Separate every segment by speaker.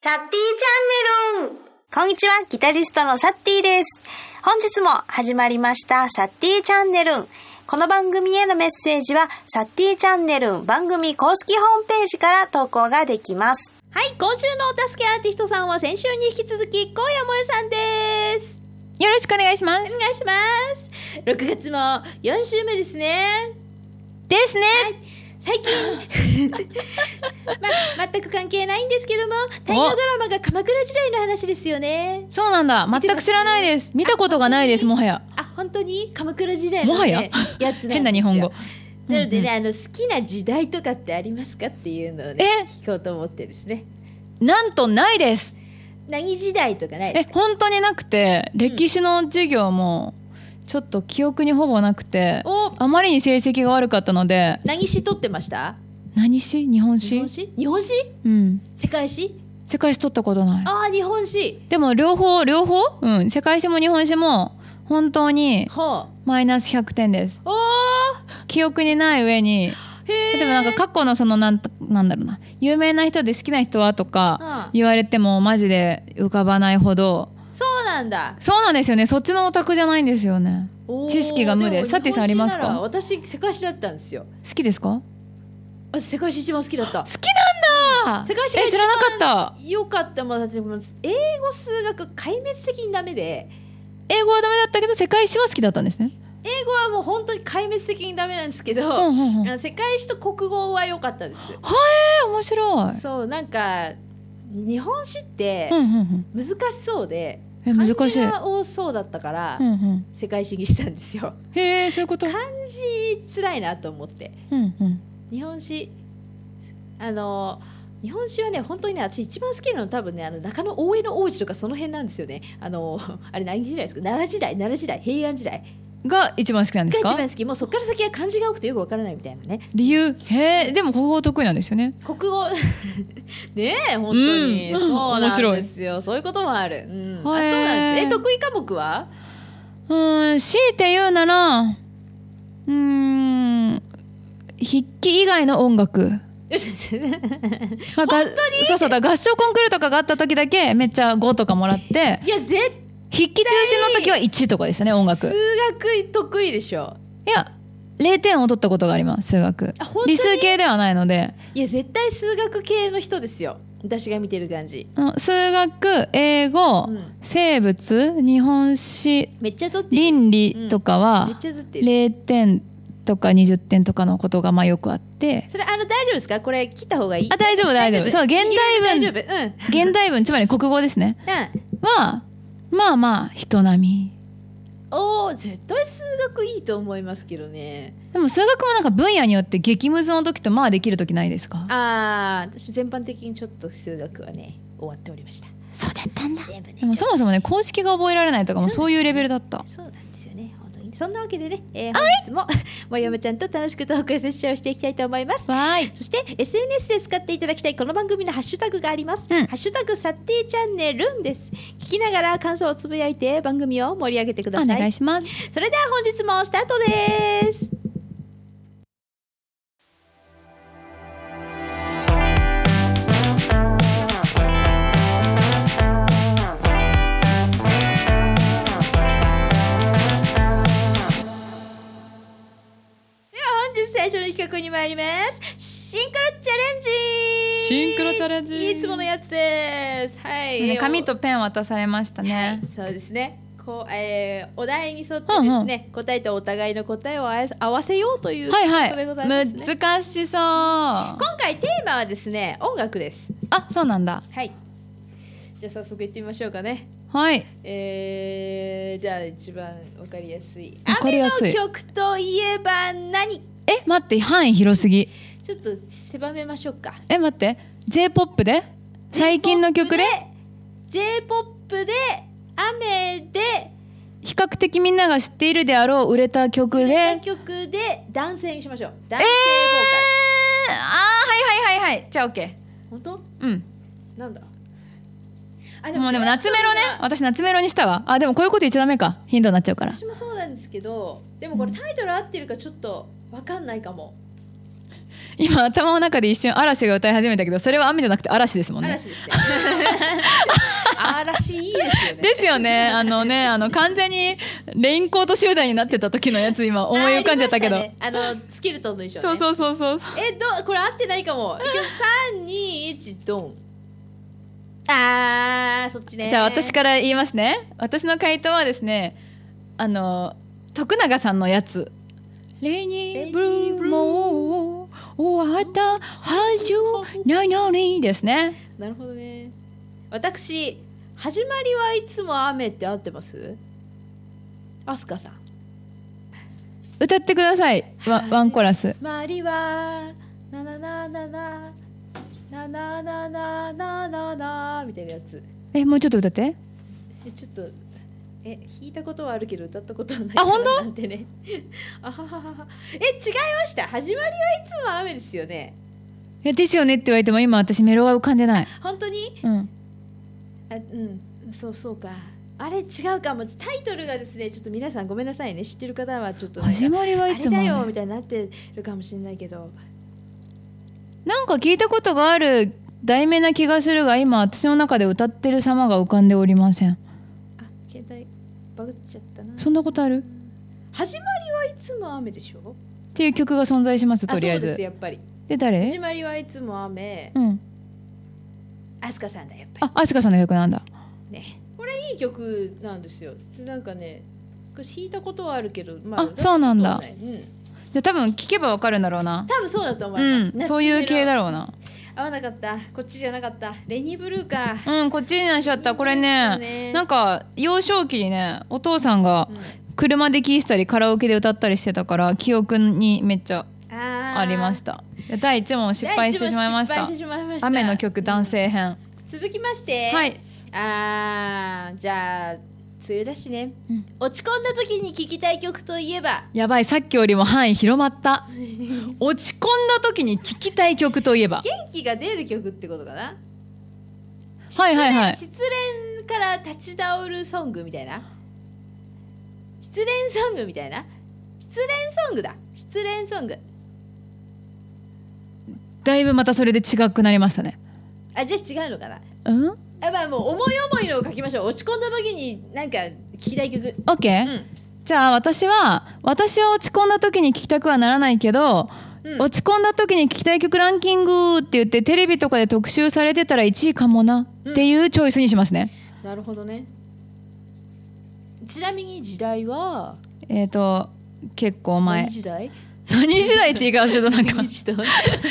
Speaker 1: サッティーチャンネル
Speaker 2: こんにちは、ギタリストのサッティです。本日も始まりました、サッティチャンネルン。この番組へのメッセージは、サッティチャンネルン番組公式ホームページから投稿ができます。
Speaker 3: はい、今週のお助けアーティストさんは先週に引き続き、高野萌さんです。
Speaker 4: よろしくお願いします。
Speaker 3: お願いします。6月も4週目ですね。
Speaker 4: ですね。
Speaker 3: 最近、 ま、全く関係ないんですけども、大河ドラマが鎌倉時代の話ですよね。
Speaker 4: そうなんだ。全く知らないです。見たことがないです、もはや。
Speaker 3: あ、本当に鎌倉時代の、ね、
Speaker 4: もはや
Speaker 3: やつなんですよ
Speaker 4: 変な日本語。。
Speaker 3: なので
Speaker 4: うん
Speaker 3: ね、あの好きな時代とかってありますかっていうのをね
Speaker 4: え、
Speaker 3: 聞こうと思ってですね。
Speaker 4: なんとないです。
Speaker 3: 何時代とかないで
Speaker 4: え
Speaker 3: す、か。
Speaker 4: 本当になくて、歴史の授業も、ちょっと記憶にほぼなくて、
Speaker 3: お、
Speaker 4: あまりに成績が悪かったので、
Speaker 3: 何詩取ってました？
Speaker 4: 何し日本
Speaker 3: 日
Speaker 4: 史
Speaker 3: 本史？日本史？
Speaker 4: うん。
Speaker 3: 世界史？
Speaker 4: 世界史取ったことない。
Speaker 3: ああ、日本史。
Speaker 4: でも両方、両方うん。世界史も日本史も、本当に
Speaker 3: ほ
Speaker 4: マイナス100点です。
Speaker 3: う。おお。
Speaker 4: 記憶にない上に、
Speaker 3: へえ。
Speaker 4: でもなんか過去のそのなんとなんだろうな有名な人で好きな人はと
Speaker 3: うん
Speaker 4: か言われてもマジで浮かばないほど
Speaker 3: そうなんだ。
Speaker 4: そうなんですよねそっちのオタクじゃないんですよね
Speaker 3: おー
Speaker 4: 知識が無で
Speaker 3: も
Speaker 4: サッティさんありますか
Speaker 3: 日本史なら私世界史だったんですよ。
Speaker 4: 好きですか
Speaker 3: 私世界史一番好きだった。
Speaker 4: あ
Speaker 3: 世界史が
Speaker 4: え
Speaker 3: 一
Speaker 4: 知
Speaker 3: 番
Speaker 4: らなかっ
Speaker 3: よかったもんだってもう英語数学壊滅的にダメで
Speaker 4: た英語はダメだったけど世界史は好きだったんですね
Speaker 3: 英語はもう本当に壊滅的にダメなんですけど、
Speaker 4: うんうんうん
Speaker 3: あの世界史と国語は良かったです。
Speaker 4: え面白い
Speaker 3: そうなんか日本史って
Speaker 4: うんうんうん
Speaker 3: 難しそうで、
Speaker 4: え難しい
Speaker 3: 漢字が多そうだったから、
Speaker 4: うんうん
Speaker 3: 世界史にしたんですよ。
Speaker 4: へえそういうこと
Speaker 3: 漢字辛いなと思って
Speaker 4: うんうん
Speaker 3: 日本史あの日本史はね本当にね私一番好きなの多分ねあの中野大江の王子とかその辺なんですよねあの あれ何時代ですか奈良時代奈良時代平安時代
Speaker 4: が一番好きなんで
Speaker 3: が
Speaker 4: す
Speaker 3: 一
Speaker 4: か
Speaker 3: 番好きもうそこから先は漢字が多くてよくわからないみたいなね
Speaker 4: 理由へえでも国語得意なんですよね
Speaker 3: 国語 ねえ本当に、
Speaker 4: うん
Speaker 3: そう
Speaker 4: 面
Speaker 3: なん
Speaker 4: 白
Speaker 3: で
Speaker 4: い
Speaker 3: すよそういうこともある、うん、あそう
Speaker 4: へえ
Speaker 3: なんですえ得意科目は
Speaker 4: うーん強いて言うならうーん筆記以外の音楽、
Speaker 3: よし
Speaker 4: まあ、本当にそうそうだ合唱コンクールとかがあった時だけめっちゃ5とかもらって
Speaker 3: いや絶対
Speaker 4: 筆記中心の時は1とかでしたね音
Speaker 3: 数
Speaker 4: 楽い
Speaker 3: 学得意でしょ
Speaker 4: や0点を取ったことがあります数学
Speaker 3: あ本当に
Speaker 4: 理数系ではないので
Speaker 3: いや絶対数学系の人ですよ私が見てる感じ
Speaker 4: あの数学英語、
Speaker 3: うん
Speaker 4: 生物日本史
Speaker 3: めっちゃ取ってる
Speaker 4: 倫理とか
Speaker 3: めっ
Speaker 4: は
Speaker 3: ちゃ取ってる
Speaker 4: 0点とか20点とかのことがまあよく あって
Speaker 3: それあの大丈夫ですかこれ切った方がいい
Speaker 4: あ大丈夫大丈夫そう現代文
Speaker 3: 大丈夫うん
Speaker 4: 現代文つまり国語ですね
Speaker 3: うん
Speaker 4: はまあまあ人並
Speaker 3: おお絶対数学いいと思いますけどね
Speaker 4: みでも数学もなんか分野によって激ムズの時とまあできる時ないですか
Speaker 3: あー私全般的にちょっと数学はね終わっておりました
Speaker 4: そうだったんだ
Speaker 3: 全部ね
Speaker 4: でも
Speaker 3: ち
Speaker 4: そ
Speaker 3: ょっ
Speaker 4: もそもね公式が覚えられないとかも
Speaker 3: そ
Speaker 4: そういうレベルだった
Speaker 3: とそうなんですよね本当にそんなわけでね、えー、本日も、もよめちゃんと楽しくトークセッションをしていきたいと思います
Speaker 4: わーい
Speaker 3: そして SNS で使っていただきたいこの番組のハッシュタグがあります。
Speaker 4: うん
Speaker 3: ハッシュタグサッティチャンネルンです。聞きながら感想をつぶやいて番組を盛り上げてくだ
Speaker 4: お
Speaker 3: さ
Speaker 4: 願
Speaker 3: い。
Speaker 4: いします
Speaker 3: それでは本日もスタートです。では本日最初の企画に参ります。シンクロチャレンジ。
Speaker 4: シンクロチャレンジ
Speaker 3: いつものやつです。はい。
Speaker 4: ね紙とペン渡されましたね
Speaker 3: そうですね。こう、えー、お題に沿ってですね、答えとお互いの答えをあや合わせようという
Speaker 4: はいは
Speaker 3: ことでございます、ね。
Speaker 4: い難しそうあ
Speaker 3: 今回テーマはですね、音楽です。
Speaker 4: そうなんだ
Speaker 3: はい。じゃあ早速行ってみましょうかね。
Speaker 4: はい
Speaker 3: えー、じゃあ一番わかりやすい。
Speaker 4: わかりやすい
Speaker 3: 雨の曲といえば何？
Speaker 4: え待って範囲広すぎ
Speaker 3: ちょっと狭めましょうか。
Speaker 4: え待って J-POP で最近の曲で
Speaker 3: J-POP で雨で
Speaker 4: 比較的みんなが知っているであろう売れた曲で
Speaker 3: 曲で男性にしましょう。男性ボーカル。
Speaker 4: あーはいはいはいはいじゃあ OK
Speaker 3: 本当？
Speaker 4: うん
Speaker 3: なんだあ
Speaker 4: もうでも夏メロ
Speaker 3: タ
Speaker 4: ね
Speaker 3: イトルが
Speaker 4: 私夏メロにしたわあでもこういうこと言っちゃダメか頻度になっちゃうから
Speaker 3: 私もそうなんですけどでもこれタイトル合ってるかちょっとわかんないかも
Speaker 4: 今頭の中で一瞬嵐が歌い始めたけどそれは雨じゃなくて嵐ですもんね
Speaker 3: 嵐ですね嵐いいですよね
Speaker 4: ですよねあ のねあの完全にレインコート集団になってた時のやつ今思い浮かんじゃったけど
Speaker 3: あありましたねあのスキルトンの衣装、ね、
Speaker 4: そうそうそうそうそう
Speaker 3: えどこれ合ってないかも321ドンあーそっちね
Speaker 4: じゃあ私から言いますね私の回答はですねあの徳永さんのやつ「レイニーブルーも終わったはずなのに」ですね
Speaker 3: なるほどね私始まりはいつも雨って合ってますアスカさん
Speaker 4: 歌ってくださいワンワンコラス
Speaker 3: 「まりはなななななななななななな」みたいなやつ
Speaker 4: えもうちょっと歌って
Speaker 3: えちょっとえ弾いたことはあるけど歌ったことはない
Speaker 4: あ本当
Speaker 3: 当なんてね あははははえ違いました始まりはいつも雨ですよね
Speaker 4: えですよねって言われても今私メロが浮かんでない
Speaker 3: 本当に
Speaker 4: うん
Speaker 3: あうんそうそうかあれ違うかもタイトルがですねちょっと皆さんごめんなさいね知ってる方はちょっとなんか
Speaker 4: 始まりはいつも
Speaker 3: あれだ
Speaker 4: 雨
Speaker 3: よみたいになってるかもしれないけど
Speaker 4: なんか聞いたことがある題名な気がするが今私の中で歌ってる様が浮かんでおりません
Speaker 3: あ携帯バグっちゃったな
Speaker 4: そんなことあるっ
Speaker 3: 始まりはいつも雨でしょ
Speaker 4: ていう曲が存在します
Speaker 3: あ
Speaker 4: とりあえ
Speaker 3: そうです
Speaker 4: ず
Speaker 3: やっぱり
Speaker 4: で
Speaker 3: 始
Speaker 4: 誰
Speaker 3: まりはいつも雨
Speaker 4: うん
Speaker 3: あすかさんだやっぱ
Speaker 4: あアスカさんの曲なんだ
Speaker 3: りねこれいい曲なんですよでなんかねこれ弾いたことはあるけどまあ
Speaker 4: あ
Speaker 3: 歌った
Speaker 4: そうなんだ
Speaker 3: ことはないうん
Speaker 4: じゃあ多分聞けばわかるんだろうな
Speaker 3: 多分そうだと思
Speaker 4: う
Speaker 3: います、
Speaker 4: んそういう系だ
Speaker 3: ろ
Speaker 4: ろうな
Speaker 3: 合わなかったこっちじゃなかったレニーブルーか
Speaker 4: うんこっちになっちゃったこれね
Speaker 3: そうですね
Speaker 4: なんか幼少期にねお父さんが車で聴いてたりカラオケで歌ったりしてたから記憶にめっちゃ
Speaker 3: あ
Speaker 4: ありましたた第1問失敗してしまいまし
Speaker 3: 失敗
Speaker 4: た
Speaker 3: してしまいました
Speaker 4: 雨の曲男性編、
Speaker 3: 続きまして
Speaker 4: はい
Speaker 3: あーじゃあ梅雨だしね、
Speaker 4: うん
Speaker 3: 落ち込んだ時に聴きたい曲といえば
Speaker 4: やばいさっきよりも範囲広まった落ち込んだ時に聴きたい曲といえば
Speaker 3: 元気が出る曲ってことかな
Speaker 4: はいはいはい
Speaker 3: 失恋から立ち直るソングみたいな失恋ソングみたいな失恋ソングだ失恋ソング
Speaker 4: だいぶまたそれで違くなりましたね
Speaker 3: あじゃあ違うのかな
Speaker 4: うん
Speaker 3: あまあもう思い思いのを書きましょう落ち込んだ時になんか聴きたい曲
Speaker 4: OK、
Speaker 3: うん
Speaker 4: じゃあ私は私は落ち込んだ時に聴きたくはならないけど、
Speaker 3: うん
Speaker 4: 落ち込んだ時に聴きたい曲ランキングって言ってテレビとかで特集されてたら1位かもなっていうチョイスにしますね、
Speaker 3: なるほどねちなみに時代は
Speaker 4: えっ、ー、と結構前
Speaker 3: 何時代
Speaker 4: 何時代って言い方してたなんか
Speaker 3: 何時 代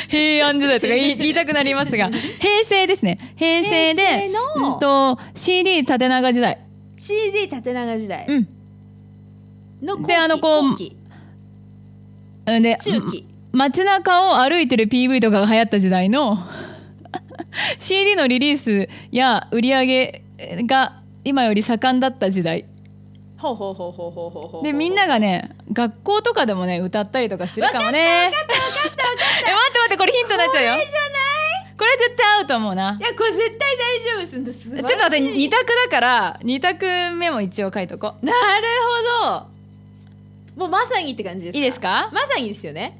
Speaker 4: 平安時代とか言い言いたくなりますが平成ですね平成で
Speaker 3: 平成の
Speaker 4: うんと CD 縦長時代
Speaker 3: CD 縦長時代
Speaker 4: うん
Speaker 3: の後期
Speaker 4: であのこう
Speaker 3: 後期
Speaker 4: うんで
Speaker 3: 中期
Speaker 4: 街中を歩いてる PV とかが流行った時代の CD のリリースや売り上げが今より盛んだった時代
Speaker 3: ほうほうほうほうほうほうほう
Speaker 4: でみんながね学校とかでもね歌ったりとかしてるかもね分かった分かった分かった え待って待ってこれヒントになっちゃうよこれじゃないこれ絶対合うと思うない
Speaker 3: やこれ絶対大丈夫ですんです
Speaker 4: ちょっと待って2択だから2択目も一応書いとこ
Speaker 3: なるほどもうまさにって感じですか
Speaker 4: いいですか
Speaker 3: まさにですよね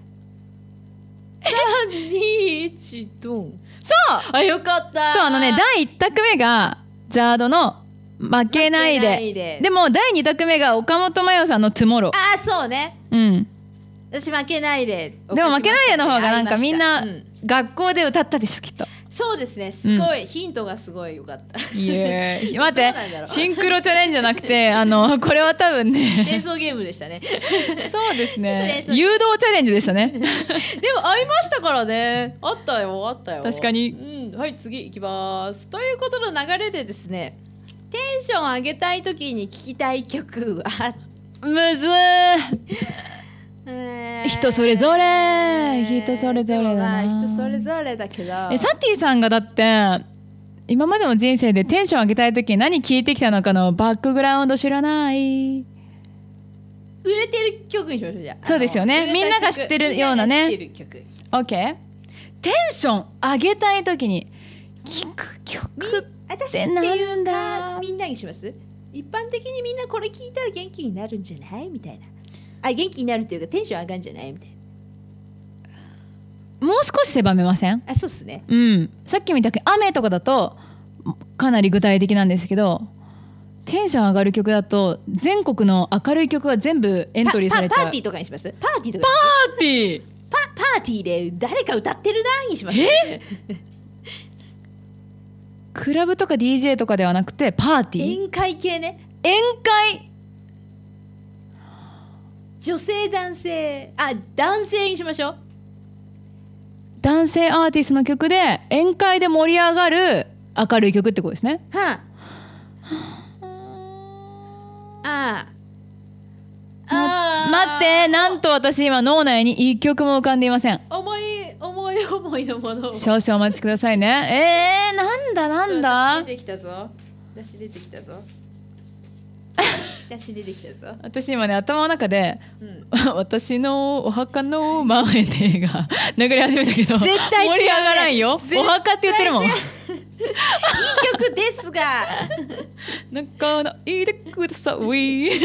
Speaker 3: 321ドン
Speaker 4: そう
Speaker 3: あよかった
Speaker 4: そうあのね第1択目がジャードの「負けないで」
Speaker 3: 負けないで
Speaker 4: でも第2択目が岡本真代さんの「トゥモロー
Speaker 3: あーそうね」
Speaker 4: うん
Speaker 3: 私負けないで
Speaker 4: でも「負けないで」の方がなんかみんな
Speaker 3: 会いました
Speaker 4: 学校で歌ったでしょきっと
Speaker 3: うんそうですねすごい、ヒントがすごいよかった
Speaker 4: いえ
Speaker 3: どうな
Speaker 4: 待
Speaker 3: ん
Speaker 4: っ
Speaker 3: だ
Speaker 4: て
Speaker 3: ろう
Speaker 4: シンクロチャレンジじゃなく てあのこれは多分ね
Speaker 3: 連想ゲームでしたね
Speaker 4: そうですね
Speaker 3: ちょっと連想
Speaker 4: 誘導チャレンジでしたね
Speaker 3: でも会いましたからねあったよあったよ
Speaker 4: 確かに
Speaker 3: うん、はい次いきますということの流れでですねテンション上げたい時に聴きたい曲は
Speaker 4: むずー
Speaker 3: えー
Speaker 4: 人それぞれ人それぞれ
Speaker 3: でも
Speaker 4: だな
Speaker 3: まあ人それぞれだけど
Speaker 4: えサティさんがだって今までの人生でテンション上げたい時に何聞いてきたのかのバックグラウンド知らない
Speaker 3: 売れてる曲にしましょうじゃあ
Speaker 4: そうですよね
Speaker 3: あの
Speaker 4: みんなが知ってるようなね
Speaker 3: みんなが知ってる曲
Speaker 4: OK テンション上げたい時に聞く曲
Speaker 3: 私っていうかみんなにします一般的にみんなこれ聞いたら元気になるんじゃないみたいなあ元気になるというかテンション上がるんじゃないみたいな
Speaker 4: もう少し狭めません
Speaker 3: あそうですね
Speaker 4: うん、さっきみたく雨とかだとかなり具体的なんですけどテンション上がる曲だと全国の明るい曲は全部エントリーされち
Speaker 3: パ
Speaker 4: ゃ
Speaker 3: パ
Speaker 4: う
Speaker 3: パーティーとかにしますパーティーとか
Speaker 4: パーティー
Speaker 3: パパーティーで誰か歌ってるなーにしますえ
Speaker 4: クラブとか DJ とかではなくてパーティー
Speaker 3: 宴会系ね
Speaker 4: 宴会
Speaker 3: 女性男性あ男性にしましょう
Speaker 4: 男性アーティストの曲で宴会で盛り上がる明るい曲ってことですね
Speaker 3: はあああ
Speaker 4: 待ってなんと私今脳内に一曲も浮かんでいません
Speaker 3: 思い思い思いのものを
Speaker 4: 少々お待ちくださいねえー、なんだなんだ
Speaker 3: 出てきたぞ出汁出てきた ぞ出汁出てきたぞ
Speaker 4: 私今ね頭の中で
Speaker 3: うん
Speaker 4: 私のお墓の前でが流れ始めたけど
Speaker 3: 絶対違うね
Speaker 4: 盛り上がらんよお
Speaker 3: 絶対違う
Speaker 4: 墓って言ってるもん
Speaker 3: 曲ですが
Speaker 4: なんかないでくださいポッ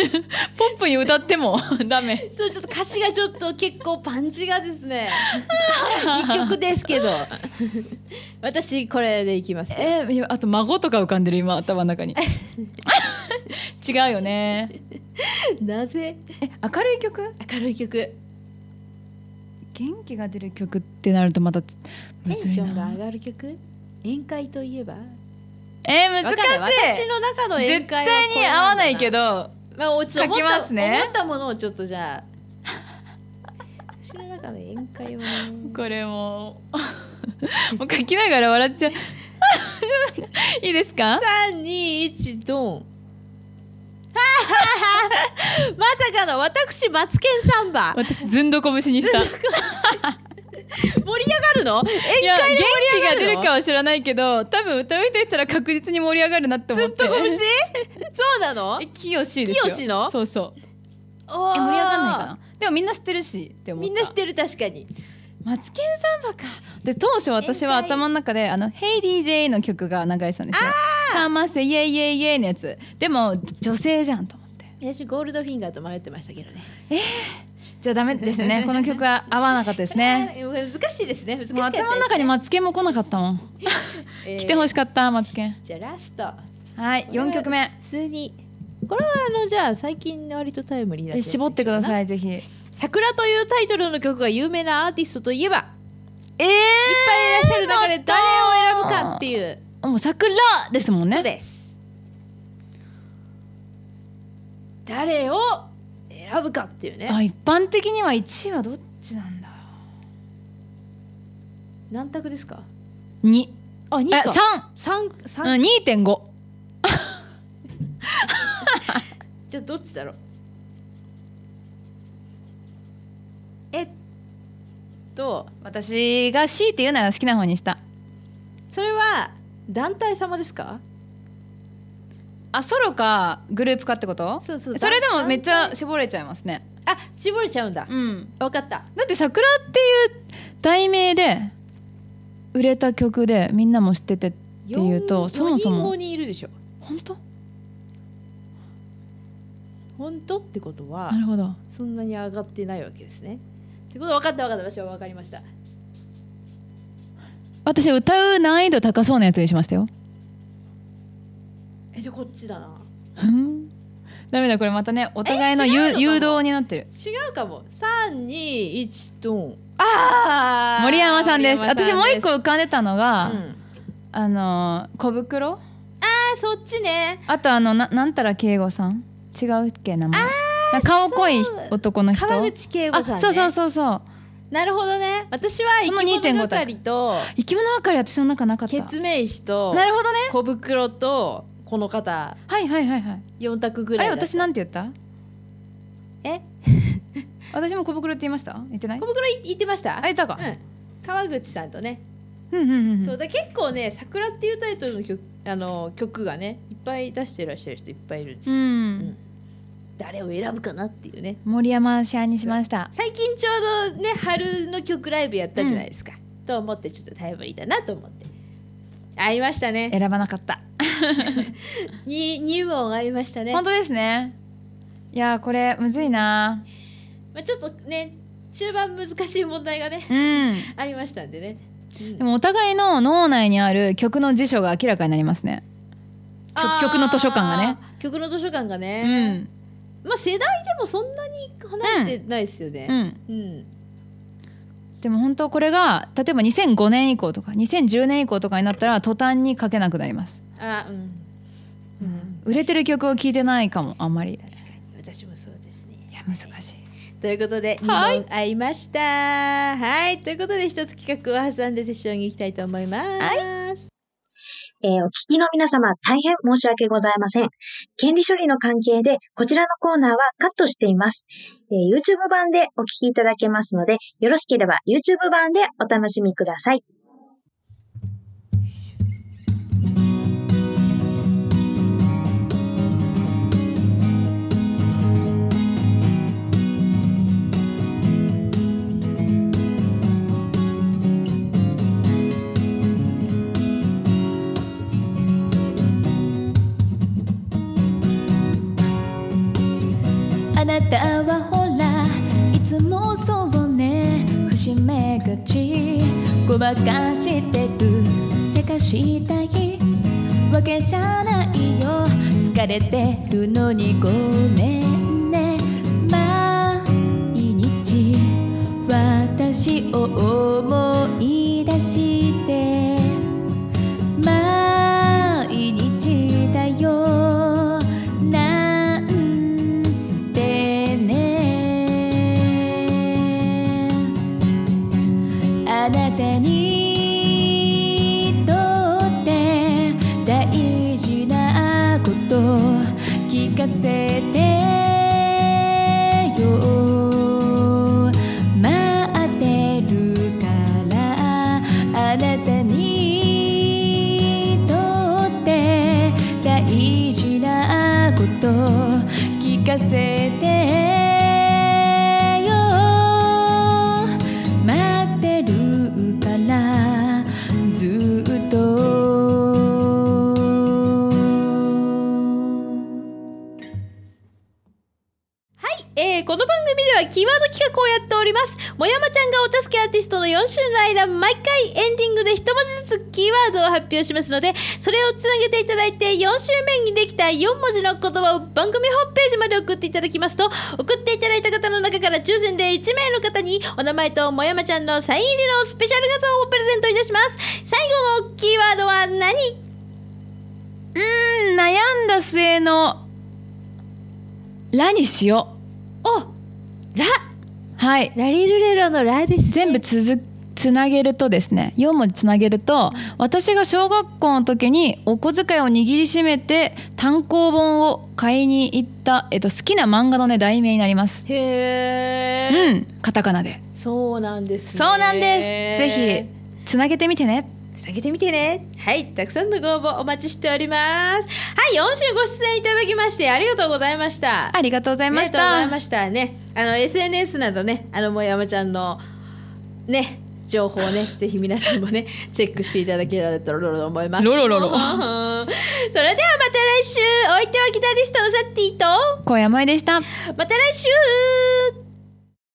Speaker 4: プに歌ってもダメ
Speaker 3: そうちょっと歌詞がちょっと結構パンチがです ねいい曲ですけど私これでいきます
Speaker 4: えー、あと孫とか浮かんでる今頭の中に違うよね
Speaker 3: なぜ
Speaker 4: え明るい曲
Speaker 3: 明るい曲
Speaker 4: 元気が出る曲ってなるとまたテ
Speaker 3: テンションが上がる曲宴会といえば
Speaker 4: えー、難し
Speaker 3: わ
Speaker 4: い
Speaker 3: かんない私の中の宴
Speaker 4: 絶
Speaker 3: 会は
Speaker 4: 対に合わないけ
Speaker 3: ど、
Speaker 4: ど
Speaker 3: まあ、おちょっと思っ
Speaker 4: 書
Speaker 3: た
Speaker 4: きますね
Speaker 3: 思ったものをちょっとじゃあ私の中の宴会は
Speaker 4: これもう もう書きながら笑っちゃう いいですか
Speaker 3: 321ド ンまさかの私マツケンサンバ盛
Speaker 4: 私ずんどこ節にした
Speaker 3: り上がるの宴
Speaker 4: いや
Speaker 3: 会
Speaker 4: 元
Speaker 3: で盛り上がるの
Speaker 4: 気が出るかは知らないけど多分歌う人いたら確実に盛り上がるなって思
Speaker 3: ず
Speaker 4: っ
Speaker 3: ってとこぶし そうなの
Speaker 4: えきよしですよ
Speaker 3: きよしの
Speaker 4: そうそう
Speaker 3: 盛
Speaker 4: え盛り上がんないかなでもみんな知ってるしって思った
Speaker 3: みんな知ってる確かに
Speaker 4: マツケンサンバかで当初私は
Speaker 3: 宴会
Speaker 4: 頭の中であの「HeyDJ」の曲が流れてたんですよ「かませイエイイエイイエイ」のやつでも女性じゃんと思って
Speaker 3: 私ゴールドフィンガーと迷ってましたけどね
Speaker 4: じゃあダメでした ねこの曲は合わなかったですね
Speaker 3: え難しいですね難しか
Speaker 4: もう
Speaker 3: ったです
Speaker 4: 頭の中にマツケンも来なかったもん
Speaker 3: えー
Speaker 4: 来てほしかったマツケン
Speaker 3: じゃあラスト
Speaker 4: はい4曲目
Speaker 3: 普通にこれはあのじゃあ最近割とタイムリーな
Speaker 4: え絞ってくだ
Speaker 3: い
Speaker 4: さいぜひ
Speaker 3: 桜というタイトルの曲が有名なアーティストといえばいっ
Speaker 4: えー、
Speaker 3: ぱい
Speaker 4: いっ
Speaker 3: いらっしゃる中で誰を選ぶかって
Speaker 4: いう
Speaker 3: いう
Speaker 4: もう桜ですもん
Speaker 3: そう
Speaker 4: ね
Speaker 3: です誰を選ぶかっていうね
Speaker 4: あ一般的には1位はどっちなんだろ
Speaker 3: 何択ですか
Speaker 4: う2
Speaker 3: あ2
Speaker 4: え
Speaker 3: か三
Speaker 4: 3
Speaker 3: 三
Speaker 4: うん2.5
Speaker 3: じゃあどっちだろうえっと
Speaker 4: 私が C って言うなら好きな方にした
Speaker 3: それは団体様ですか
Speaker 4: あソロかグループかってこと
Speaker 3: そうそう
Speaker 4: れでもめっち
Speaker 3: 団
Speaker 4: ゃ絞れちゃいますね
Speaker 3: あ絞れちゃうんだ
Speaker 4: うん
Speaker 3: 分かった
Speaker 4: だって桜っていう題名で売れた曲でみんなも知っててっていう
Speaker 3: 四
Speaker 4: とそもそ
Speaker 3: 四人
Speaker 4: も
Speaker 3: 五人いるでしょ
Speaker 4: 本当
Speaker 3: 本当ってことは
Speaker 4: なるほど
Speaker 3: そんなに上がってないわけですねってことは分かった分かった私は分かりました
Speaker 4: 私歌う難易度高そうなやつにしましたよ
Speaker 3: えじゃあこっちだな
Speaker 4: ダメだこれまたねお互いの誘
Speaker 3: え違うのかも
Speaker 4: 誘導になってる
Speaker 3: 違うかも321ドンあー
Speaker 4: 森山さんです
Speaker 3: 森山
Speaker 4: 私もう一個浮かんでたのが、
Speaker 3: うん
Speaker 4: あのー小袋
Speaker 3: あそっちね
Speaker 4: あとあのななんたら慶吾さん違うっけ名前なんか顔濃い男の人
Speaker 3: 川口慶吾
Speaker 4: あ
Speaker 3: さん、ね、
Speaker 4: そうそうそうそう
Speaker 3: なるほどね私は生
Speaker 4: この
Speaker 3: き物
Speaker 4: 2.5
Speaker 3: 係と
Speaker 4: 生き物ばかり私の中なかった
Speaker 3: 血明石と
Speaker 4: なるほどね
Speaker 3: 小袋とこの方
Speaker 4: はいはいはいはい
Speaker 3: 4択ぐ
Speaker 4: あ
Speaker 3: らい
Speaker 4: れ
Speaker 3: だった
Speaker 4: 私なんて言った
Speaker 3: え
Speaker 4: 私も小袋って言いました言ってない
Speaker 3: 小袋い言ってました
Speaker 4: あ言ったか
Speaker 3: うん、川口さんとね、
Speaker 4: うんうんうん
Speaker 3: そうだ結構ね「桜」っていうタイトルの曲あの曲がねいっぱい出してらっしゃる人いっぱいいるんです
Speaker 4: う
Speaker 3: よ、
Speaker 4: ん
Speaker 3: 誰を選ぶかなっていうね
Speaker 4: 森山シャーにしました
Speaker 3: 最近ちょうどね春の曲ライブやったじゃないですか、と思ってちょっとタイムリーだなと思って会いましたね
Speaker 4: 選ばなかった
Speaker 3: に2問会いましたね、
Speaker 4: 本当ですねいやーこれむずいな
Speaker 3: まあ、ちょっとね中盤難しい問題がね、
Speaker 4: うん
Speaker 3: ありましたんでね、うん
Speaker 4: でもお互いの脳内にある曲の辞書が明らかになりますね曲
Speaker 3: あー
Speaker 4: 曲の図書館がね
Speaker 3: 曲の図書館が
Speaker 4: う
Speaker 3: ね、
Speaker 4: ん
Speaker 3: まあ世代でもそんなに離れてないですよ
Speaker 4: う
Speaker 3: ね、
Speaker 4: ん
Speaker 3: うん
Speaker 4: でも本当これが例えば2005年以降とか2010年以降とかになったら途端に書けなくなります
Speaker 3: あうん、うん、
Speaker 4: 売れてる曲を聴いてないかもあんまりい
Speaker 3: 確かに私もそうですね
Speaker 4: や難しい
Speaker 3: ということで、
Speaker 4: はい
Speaker 3: 2本会いました。はい、ということで一つ企画を挟んでセッションに行きたいと思います。
Speaker 1: えーお聞きの皆様、大変申し訳ございません。権利処理の関係で、こちらのコーナーはカットしています。えー YouTube 版でお聞きいただけますので、よろしければ YouTube 版でお楽しみください。
Speaker 5: あなたはほらいつもそうね節目がちごまかしてるせかしたいわけじゃないよ疲れてるのにごめんね毎日私を思い出して毎日だよなんてねあなたにとって大事なこと聞かせてよ待ってるからあなたにとって大事なこと聞かせてよ待ってるからずっと
Speaker 3: えーこの番組ではキーワード企画をやっております。もやまちゃんがお助けアーティストの4週の間、毎回エンディングで一文字ずつキーワードを発表しますので、それをつなげていただいて、4週目にできた4文字の言葉を番組ホームページまで送っていただきますと、送っていただいた方の中から抽選で1名の方に、お名前ともやまちゃんのサイン入りのスペシャル画像をプレゼントいたします。最後のキーワードは何
Speaker 4: うん悩んだ末の「ラ」にしよ
Speaker 3: おラ
Speaker 4: うはい
Speaker 3: ラリルレロのラです
Speaker 4: 全部つづつなげるとですね4文字つなげると私が小学校の時にお小遣いを握りしめて単行本を買いに行った、えっと、好きな漫画のね題名になります。
Speaker 3: へえ
Speaker 4: うん、カタカナで。
Speaker 3: そうなんです、ね。
Speaker 4: そうなんです。ぜひつなげてみてね。
Speaker 3: ひ下げてみてね。はい、たくさんのご応募お待ちしております。はい、4週ご出演いただきましてありがとうございました。
Speaker 4: ありがとうございまし
Speaker 3: あり
Speaker 4: た。
Speaker 3: がとうございましたね。あの SNS などね、あのもやまちゃんのね。情報を ね、ぜひ皆さんもね、チェックしていただけたらと思います。
Speaker 4: ロロロ ロ
Speaker 3: それではまた来週、お相手はギタリストのサッティと、
Speaker 4: 小山井でした。
Speaker 3: また来週